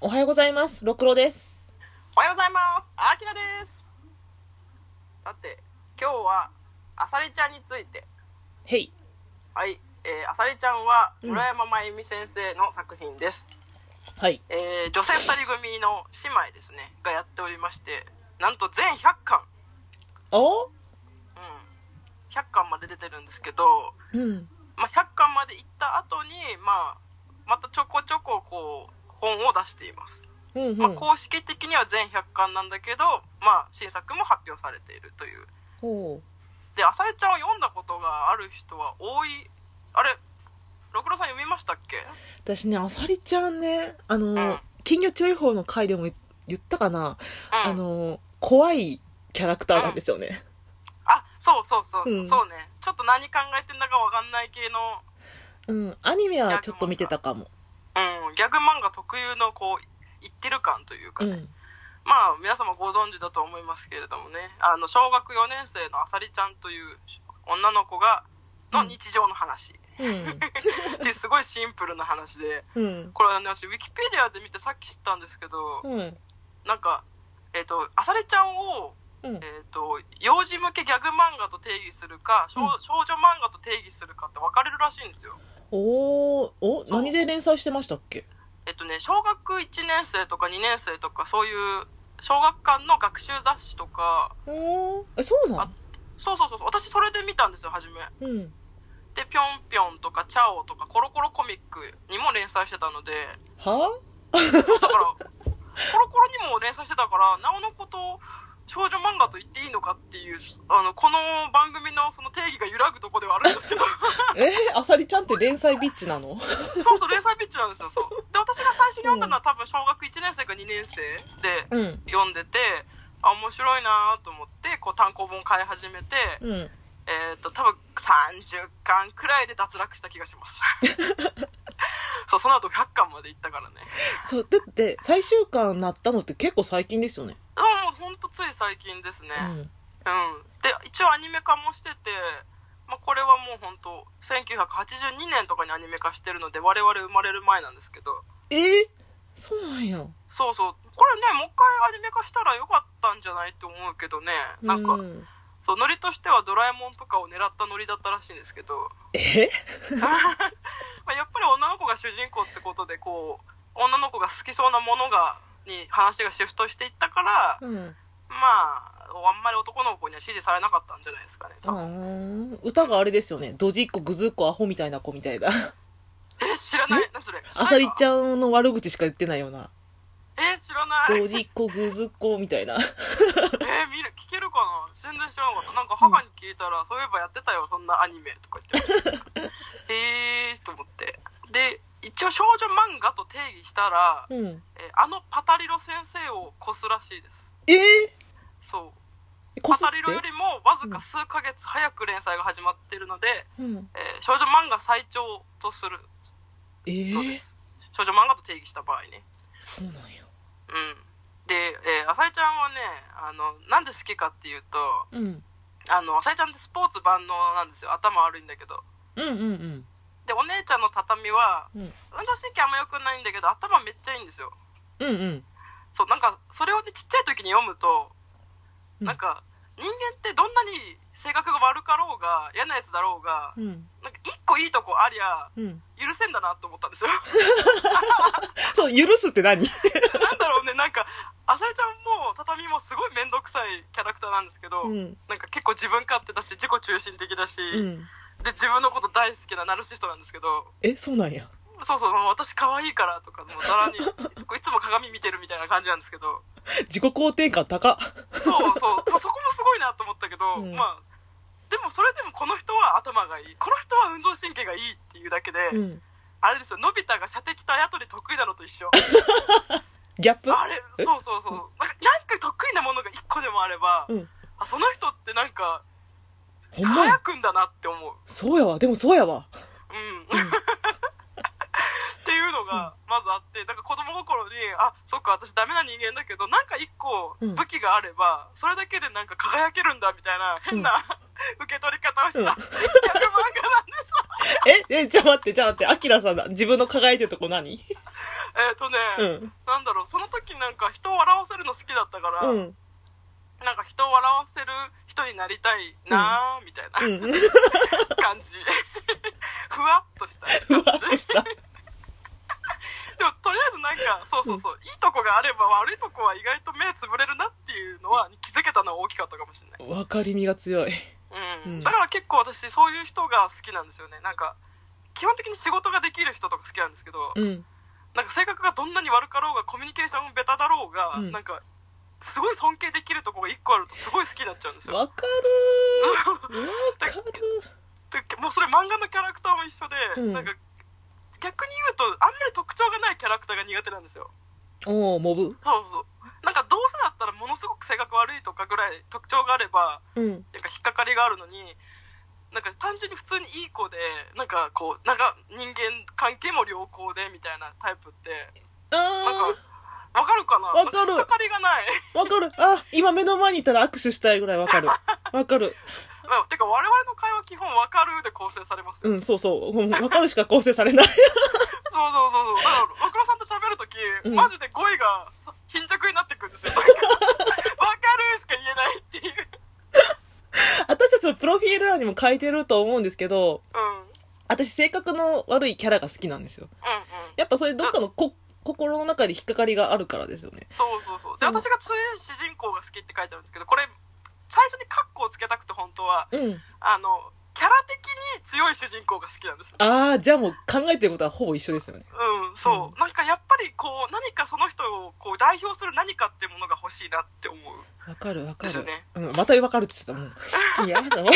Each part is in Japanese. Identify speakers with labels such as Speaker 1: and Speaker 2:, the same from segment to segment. Speaker 1: おはようございます。ろくろです。
Speaker 2: おはようございます。あきらです。さて、今日は、あさりちゃんについて。
Speaker 1: へい。
Speaker 2: はい。えーあさりちゃんは、
Speaker 1: うん
Speaker 2: 村山真由美先生の作品です。
Speaker 1: はい。
Speaker 2: えー女性二人組の姉妹ですね、がやっておりまして、なんと全100巻、
Speaker 1: お
Speaker 2: うん、100巻まで出てるんですけど、
Speaker 1: うん。
Speaker 2: まあ、100巻まで行った後に、まあ、またちょこちょこ、こう、本を出しています。
Speaker 1: うんうん。
Speaker 2: まあ、公式的には全100巻なんだけど、まあ、新作も発表されているという
Speaker 1: ほ
Speaker 2: で、あされちゃんを読んだことがある人は多い、あれ、六郎さん読みましたっけ
Speaker 1: う私ね、あさりちゃんね、あの、
Speaker 2: うん
Speaker 1: 金魚注意報の回でも言言ったかな、
Speaker 2: うん、
Speaker 1: あの、怖いキャラクターなんですよね。
Speaker 2: あそうそうそう、
Speaker 1: うん
Speaker 2: そうね、ちょっと何考えてんだかわかんない系
Speaker 1: う
Speaker 2: の、
Speaker 1: ん。アニメはちょっと見てたかも。
Speaker 2: うん、ギャグ漫画特有のこう、言ってる感というか
Speaker 1: う
Speaker 2: ね、
Speaker 1: ん。
Speaker 2: まあ、皆様ご存知だと思いますけれどもね、あの小学4年生のあさりちゃんという女の子が、の日常の話、っていうすごいシンプルな話で、
Speaker 1: うん。うん。
Speaker 2: これはね、私、ウィキペディアで見てさっき知ったんですけど、
Speaker 1: うん。
Speaker 2: なんか、えっ、と、あされちゃんを、
Speaker 1: うん
Speaker 2: えっ、と、幼児向けギャグ漫画と定義するか、少
Speaker 1: うん
Speaker 2: 少女漫画と定義するかって分かれるらしいんですよ。
Speaker 1: おーお
Speaker 2: そう
Speaker 1: 何で連載してましたっけ
Speaker 2: えっ、とね、小学1年生とか2年生とか、そういう、小学館の学習雑誌とか、
Speaker 1: おーえ、そうな
Speaker 2: あそうそうそうそう、私それで見たんですよ、初め。
Speaker 1: のうん。
Speaker 2: で、ぴょんぴょんとか、チャオとか、コロコロコミックにも連載してたので、
Speaker 1: は
Speaker 2: そうだから、コロコロにも連載してたから、なおのこと、少女漫画と言っていいのかっていう、あの、この番組のその定義が揺らぐとこではあるんですけど、
Speaker 1: えあさりちゃんって連載ビッチなの
Speaker 2: そうそう、連載ピッチなんですよ、そう。で、私が最初に読んだのは多分小学1年生か2年生で
Speaker 1: うん。
Speaker 2: 読んでて、あ、面白いなと思って、こう単行本買い始めて、
Speaker 1: うん。
Speaker 2: えっ、と、多分30巻くらいで脱落した気がします。そう、その後100巻まで行ったからね。
Speaker 1: そう、だって最終巻なったのって結構最近ですよね。
Speaker 2: でももうほんとつい最近ですね。
Speaker 1: うん。
Speaker 2: うん、で一応アニメ化もしてて、まあ、これはもう本当1982年とかにアニメ化してるので我々生まれる前なんですけど
Speaker 1: えそうなんや。
Speaker 2: そうそうこれねもう一回アニメ化したらよかったんじゃないと思うけどねなんか、
Speaker 1: うん、
Speaker 2: そうノリとしてはドラえもんとかを狙ったノリだったらしいんですけど、
Speaker 1: え
Speaker 2: まあ、やっぱり女の子が主人公ってことでこう女の子が好きそうなものがに話がシフトしていったから、
Speaker 1: うん。
Speaker 2: まああんまり男の子には支持されなかったんじゃないですかね多分
Speaker 1: あ歌があれですよね。ドジっ子、グズっ子、アホみたいな子みたいな。
Speaker 2: え知らない何それ
Speaker 1: あさりち
Speaker 2: ゃん
Speaker 1: ゃんの悪口しか言ってないような。
Speaker 2: え知らないえ
Speaker 1: ドジっ子、グズっ子みたいな。
Speaker 2: 見る聞けるかな全然知らなかったなんか母に聞い たら、そういえばやってたよそんなアニメとか言ってえーと思ってで一応少女漫画と定義したら、
Speaker 1: うん。
Speaker 2: えあのパタリロ先生を越すらしいです
Speaker 1: え
Speaker 2: そ
Speaker 1: ー、
Speaker 2: う
Speaker 1: こ
Speaker 2: パ
Speaker 1: すっ
Speaker 2: タリロよりもわずか数ヶ月早く連載が始まっているので、
Speaker 1: て。うん。
Speaker 2: えー少女漫画最長とする
Speaker 1: え
Speaker 2: ので
Speaker 1: ー、
Speaker 2: す、少女漫画と定義した場合ね
Speaker 1: そうなんや。
Speaker 2: うん、で、えー、浅井ちゃんはねあのなんで好きかっていうと
Speaker 1: うん。
Speaker 2: あの浅井ちゃんってスポーツ万能なんですよ頭悪いんだけど
Speaker 1: うんうんうん。
Speaker 2: でお姉ちゃんの畳は
Speaker 1: うん。
Speaker 2: 運動神経あんま良くないんだけど頭めっちゃいいんですよ
Speaker 1: うんうん。
Speaker 2: そうなんかそれをねちっちゃい時に読むと
Speaker 1: うん
Speaker 2: なんか人間ってどんなに性格が悪かろうが嫌なやつだろうが
Speaker 1: うん。
Speaker 2: なんか一個いいとこありゃ
Speaker 1: うん。
Speaker 2: 許せんだなと思ったん ですよ
Speaker 1: そう、許すって何
Speaker 2: なんだろうねなんか浅井ちゃんも畳もすごい面倒くさいキャラクターなんですけど、
Speaker 1: うん。
Speaker 2: なんか結構自分勝手だし自己中心的だし、
Speaker 1: うん。
Speaker 2: で自分のこと大好きなナルシストなんですけど
Speaker 1: え、そうなんや。
Speaker 2: そうそうもう私可愛いからとかもうざ らにこういつも鏡見てるみたいな感じなんですけど
Speaker 1: 自己肯定感高っ。
Speaker 2: そう そう、まあ、そこもすごいなと思ったけど、
Speaker 1: うん
Speaker 2: まあでもそれでもこの人は頭がいいこの人は運動神経がいいっていうだけで、
Speaker 1: うん。
Speaker 2: あれですよのび太が射的とあやとり得意なのと一 緒
Speaker 1: ギャップ
Speaker 2: あれそうそうそうなんかなんか得意なものが一個でもあれば、
Speaker 1: うん。
Speaker 2: あその人ってなんか
Speaker 1: ほんま
Speaker 2: 輝
Speaker 1: や。
Speaker 2: くんだなって思う
Speaker 1: そうやわ。でもそうやわ。
Speaker 2: うん、 っていうのがまずあって、なんか子供心に、あそっか、私、ダメな人間だけど、なんか一個
Speaker 1: うん
Speaker 2: 武器があれば、それだけでなんか輝けるんだみたいな、変な、 受け取り方をした、
Speaker 1: うん
Speaker 2: 逆漫画なんです よ。
Speaker 1: え、え、じゃあ待って、じゃあ待って、アキラさんだ。自分の輝いてるとこ何
Speaker 2: えっとね、
Speaker 1: うん。
Speaker 2: なんだだろうその時なんか人を笑わせるの好きだったから、
Speaker 1: うん。
Speaker 2: なんか人を笑わせる人になりたいなーみたいな
Speaker 1: うん。
Speaker 2: 感じ ふわっとした 感
Speaker 1: ふわっと
Speaker 2: じ
Speaker 1: した
Speaker 2: でもとりあえずなんかそうそうそう、いいとこがあれば悪いとこは意外と目つぶれるなっていうのは気づけたのは大きかったかもしれない、
Speaker 1: 分かりみが強い。
Speaker 2: うん
Speaker 1: うん
Speaker 2: だから結構私そういう人が好きなんですよねなんか基本的に仕事ができる人とか好きなんですけど、
Speaker 1: うん。
Speaker 2: なんか性格がどんなに悪かろうがコミュニケーションベタだろうが、
Speaker 1: うん
Speaker 2: なんかすごい尊敬できるとこが1個あるとすごい好きになっちゃうんですよ
Speaker 1: わかるー。わかる
Speaker 2: でもうそれ漫画のキャラクターも一緒で、
Speaker 1: うん
Speaker 2: なんか逆に言うとあんまり特徴がないキャラクターが苦手なんですよ
Speaker 1: ー。おー、モブ。
Speaker 2: そうそうなんかどうせだったらものすごく性格悪いとかぐらい特徴があれば
Speaker 1: うん。
Speaker 2: なんか引っかかりがあるのになんか単純に普通にいい子でなんかこうなんか人間関係も良好でみたいなタイプってなん
Speaker 1: あ
Speaker 2: かわかるかな
Speaker 1: わかる
Speaker 2: なん引っかかりがない
Speaker 1: ー、わかる。あ、今目の前にいたら握手したいぐらいわ かる。わかる。
Speaker 2: まあ、てか我々の会話基本わかるで構成されますよ、
Speaker 1: うん、そうそう。うんわかるしか構成されない。
Speaker 2: そうそうそうそうだから和倉さんと喋るとき、
Speaker 1: うん
Speaker 2: マジで語彙がさ貧弱になってくるんですよなんかわかるしか言えないっていう
Speaker 1: 私たちのプロフィール欄にも書いてると思うんですけど、
Speaker 2: うんうん
Speaker 1: 私性格の悪いキャラが好きなんですよ。
Speaker 2: うん
Speaker 1: やっぱそれどっかのこ心の中で引っかかりがあるからですよね。
Speaker 2: そうそうそう
Speaker 1: そ
Speaker 2: で
Speaker 1: う
Speaker 2: 私が強い主人公が好きって書いてあるんですけどこれ最初にカッコをつけたくて本当は
Speaker 1: うん。
Speaker 2: あのキャラ的に強い主人公が好きなんです
Speaker 1: あー、じゃあもう考えてることはほぼ一緒ですよね。
Speaker 2: うんそう、
Speaker 1: う
Speaker 2: なんかやっぱりこう何かその人をこう代表する何かっていうものが欲しいなって思う
Speaker 1: わかるわか
Speaker 2: です
Speaker 1: る
Speaker 2: よね。
Speaker 1: うん、またわかるって言ってたもん。いやだわ。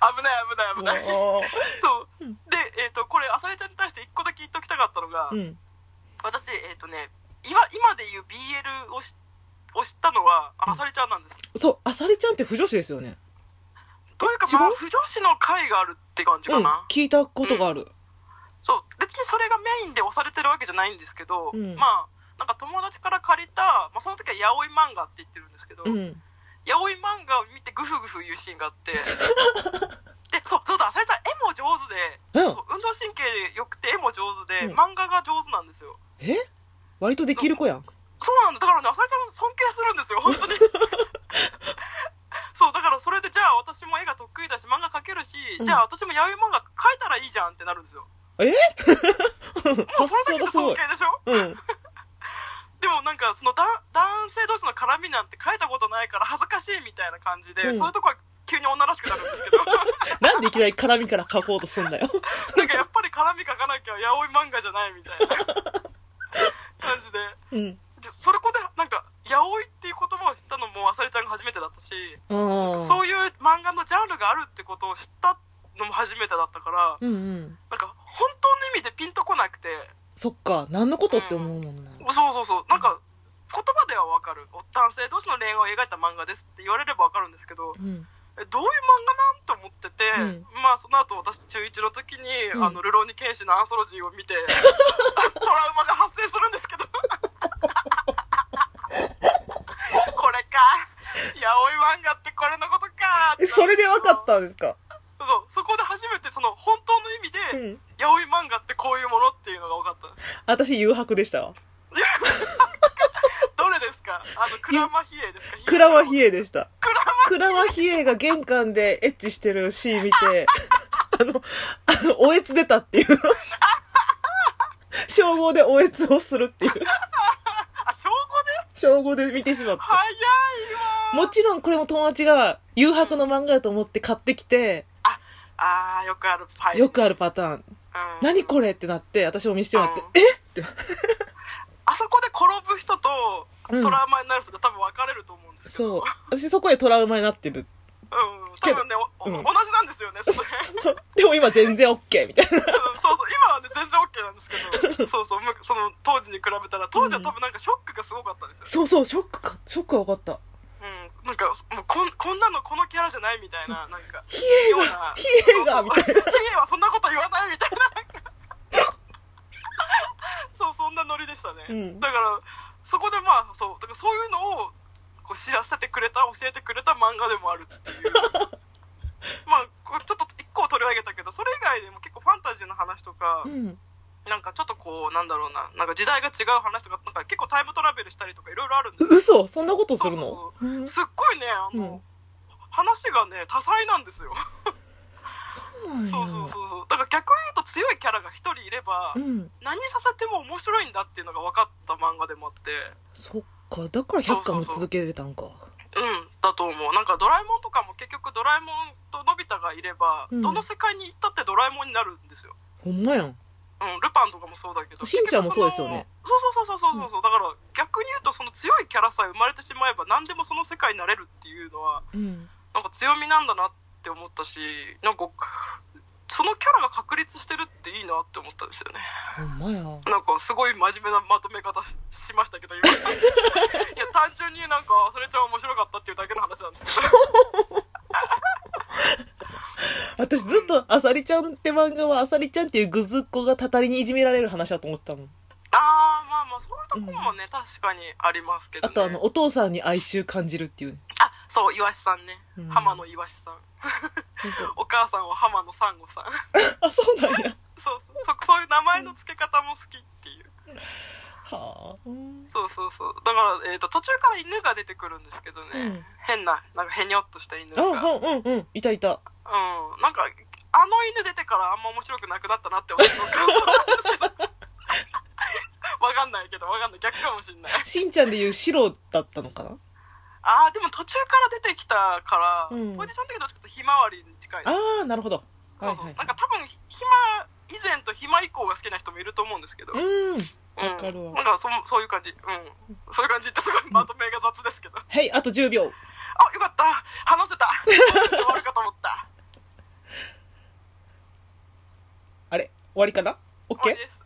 Speaker 2: 危ない危ない危ない
Speaker 1: も
Speaker 2: そう
Speaker 1: うん
Speaker 2: で、えー、とこれあされちゃんに対して1個だけ言っときたかったのが、
Speaker 1: う。うん。
Speaker 2: 私えっ、とね今今で言う BL をしを知ったのは
Speaker 1: うん
Speaker 2: あされちゃんなんです、
Speaker 1: そう、あさりちゃんって不女子ですよね。
Speaker 2: というか
Speaker 1: 違う
Speaker 2: まあ不女子の会があるって感じ
Speaker 1: う
Speaker 2: か
Speaker 1: ん
Speaker 2: な、。
Speaker 1: 聞いたことがある。
Speaker 2: そう別にそれがメインで押されてるわけじゃないんですけど、
Speaker 1: うん
Speaker 2: まあなんか友達から借りた、まあ、その時は「八百漫画」って言ってるんですけど、
Speaker 1: うん。
Speaker 2: 八百漫画を見てグフグフ言うシーンがあって でそうそうだあされちゃん絵も上手で、
Speaker 1: うん
Speaker 2: そう運動神経良くて絵も上手で、
Speaker 1: うん
Speaker 2: 漫画が上手なんですよ
Speaker 1: え割とできる子やん。
Speaker 2: そうなんだ。だからね、浅井ちゃんの尊敬するんですよ、本 当に。 そう、だからそれで、じゃあ私も絵が得意だし、漫画描けるし、
Speaker 1: うん
Speaker 2: じゃあ私も弥生漫画描いたらいいじゃんってなるんですよ。
Speaker 1: 発想がご
Speaker 2: もうそれだけです尊
Speaker 1: い
Speaker 2: 敬。でしょ
Speaker 1: うん。
Speaker 2: でもなんか、そのだ男性同士の絡みなんて描いたことないから恥ずかしいみたいな感じで、
Speaker 1: うん
Speaker 2: そういうとこは急に女らしくなるんですけ ど、な
Speaker 1: なんでいきなり絡みから書こうとすんだよ。
Speaker 2: んかやっぱり絡み描かなきゃ弥生漫画じゃないみたいな感じで。
Speaker 1: うん。
Speaker 2: で それこでなんか八百っていう言葉を知ったのもあさりちゃんが初めてだったし、
Speaker 1: ああ。
Speaker 2: そういう漫画のジャンルがあるってことを知ったのも初めてだったから、
Speaker 1: うんうん。
Speaker 2: なんか本当の意味でピンとこなくて、
Speaker 1: そっか、何のことって思うもんな。
Speaker 2: そうそうそう、なんか言葉ではわかる、男性同士の恋愛を描いた漫画ですって言われればわかるんですけ
Speaker 1: う
Speaker 2: ど、
Speaker 1: ん。
Speaker 2: えどういう漫画なんと思ってて、
Speaker 1: うん
Speaker 2: まあその後私、中1の時に、
Speaker 1: うん
Speaker 2: あのルローニケンシのアンソロジーを 見て、トラウマが発生するんですけど。 これか八百漫画ってこれのことかって
Speaker 1: え、それで分かったんですか
Speaker 2: そう、そこで初めてその本当の意味
Speaker 1: う
Speaker 2: で、
Speaker 1: ん。
Speaker 2: 八百漫画ってこういうものっていうのが分かった んです。
Speaker 1: 私、誘白でしたわ。
Speaker 2: どれですかあの、クラマヒエですか
Speaker 1: クラマヒ
Speaker 2: エ。
Speaker 1: エでした。
Speaker 2: クラマ
Speaker 1: クラマヒエが玄関でエッチしてるシーン見 て、あの、あの、おえつ出たっていう。称号でおえつをするっていう。
Speaker 2: あ、証拠で
Speaker 1: 称号で見てしまった。
Speaker 2: 早いわー
Speaker 1: もちろんこれも友達が誘白の漫画だと思って買ってきて、
Speaker 2: あー、よくある。はい。
Speaker 1: よくあるパターン。
Speaker 2: うん
Speaker 1: 何これってなって、私も見せてもらって
Speaker 2: うん、
Speaker 1: え
Speaker 2: あそこで転ぶ人と、
Speaker 1: うん
Speaker 2: トラウマになる人で多分分かれると思うんですけ
Speaker 1: そう
Speaker 2: ど。。
Speaker 1: 私そこでトラウマになって る。
Speaker 2: うん。多分ね、お
Speaker 1: けどうん
Speaker 2: 同じなんですよね、 それ。うん
Speaker 1: そう。でも今全然 OK みたいな。
Speaker 2: そうそう、今はね、全然 OK なんで すけど、そうそう、むその当時に比べたら、当時は多分なんかショックがすごかったんですよね。
Speaker 1: そうそう、ショックか、ショックが分かった。
Speaker 2: うん。なんか、もうこんこんなのこのキャラじゃないみたいな、なんか。
Speaker 1: ヒエ
Speaker 2: よう
Speaker 1: が
Speaker 2: な、
Speaker 1: ヒエが、みたいな。
Speaker 2: そうそうヒエはそんなこと言わないみたいなそうそんなノリでしたね、
Speaker 1: うん
Speaker 2: だからそこでまあそうだからそういうのをこう知らせてくれた教えてくれた漫画でもあるっていう まあこうちょっと一個を取り上げたけどそれ以外でも結構ファンタジーの話とか、
Speaker 1: うん。
Speaker 2: なんかちょっとこうなんだろうななんか時代が違う話とかなんか結構タイムトラベルしたりとかいろいろあるんですよ
Speaker 1: 嘘そんなことするのうんそ
Speaker 2: すっごいねあの、
Speaker 1: うん
Speaker 2: 話がね多彩なんですよ
Speaker 1: うなんや
Speaker 2: そうそうそうそうだから逆に言うと強いキャラが一人いれば、
Speaker 1: うん
Speaker 2: 何にさせても面白いんだっていうのが分かった漫画でもあって
Speaker 1: そっかだから100巻も続けれたんか
Speaker 2: うんだと思うなんかドラえもんとかも結局ドラえもんとのび太がいれば、
Speaker 1: うん
Speaker 2: どの世界に行ったってドラえもんになるんですよ
Speaker 1: ほんまやん
Speaker 2: うん、ルパンとかもそうだけど
Speaker 1: しんちゃんもそうですよね
Speaker 2: 結局そのそうそうそうそうそう、だから逆に言うとその強いキャラさえ生まれてしまえば何でもその世界になれるっていうのは
Speaker 1: うん
Speaker 2: なんか強みなんだなって思ったしなんかそのキャラが確立してるっていいなって思ったんですよね
Speaker 1: ほんまや
Speaker 2: なんかすごい真面目なまとめ方しましたけど 今いや単純になんかそれちゃん面白かったっていうだけの話なんですけど
Speaker 1: 私ずっと「あさりちゃん」って漫画はあさりちゃんっていうぐずっこがたたりにいじめられる話だと思ってたもん
Speaker 2: ああまあまあそういうとこもね、確かにありますけど、
Speaker 1: あ
Speaker 2: ね、
Speaker 1: とあのお父さんに哀愁感じるっていう
Speaker 2: あそうイワシさんね、
Speaker 1: うん
Speaker 2: 浜野イワシさん
Speaker 1: なんか
Speaker 2: お母さんは浜野サンゴさん
Speaker 1: あそうなんや
Speaker 2: そうそうそそういう名前の付け方も好きっていう
Speaker 1: はあうん
Speaker 2: そうそうそうだから、えー、と途中から犬が出てくるんですけどね、
Speaker 1: うん
Speaker 2: 変ななんかへにょっとした犬
Speaker 1: あ
Speaker 2: がうん
Speaker 1: うんうんうんいたいた
Speaker 2: なんかあの犬出てからあんま面白くなくなったなって私の感想なんですけど わかんないけどわかんない逆かもしんない
Speaker 1: しんちゃんでいう白だったのかな
Speaker 2: ああでも途中から出てきたから、
Speaker 1: うん
Speaker 2: ポジション的にはちょっとひまわりに近い
Speaker 1: ああなるほど
Speaker 2: そ
Speaker 1: は
Speaker 2: う
Speaker 1: い
Speaker 2: そう
Speaker 1: はい
Speaker 2: なんか多分暇以前と暇以降が好きな人もいると思うんですけど、
Speaker 1: うん
Speaker 2: うん
Speaker 1: わかるわ
Speaker 2: なんかそそういう感じうんそういう感じってすごいまとめが雑ですけど、あ
Speaker 1: はいあと10秒
Speaker 2: よかった話せた終わるかと思った
Speaker 1: あれ終わりかな
Speaker 2: 終わ
Speaker 1: ?OK?
Speaker 2: りです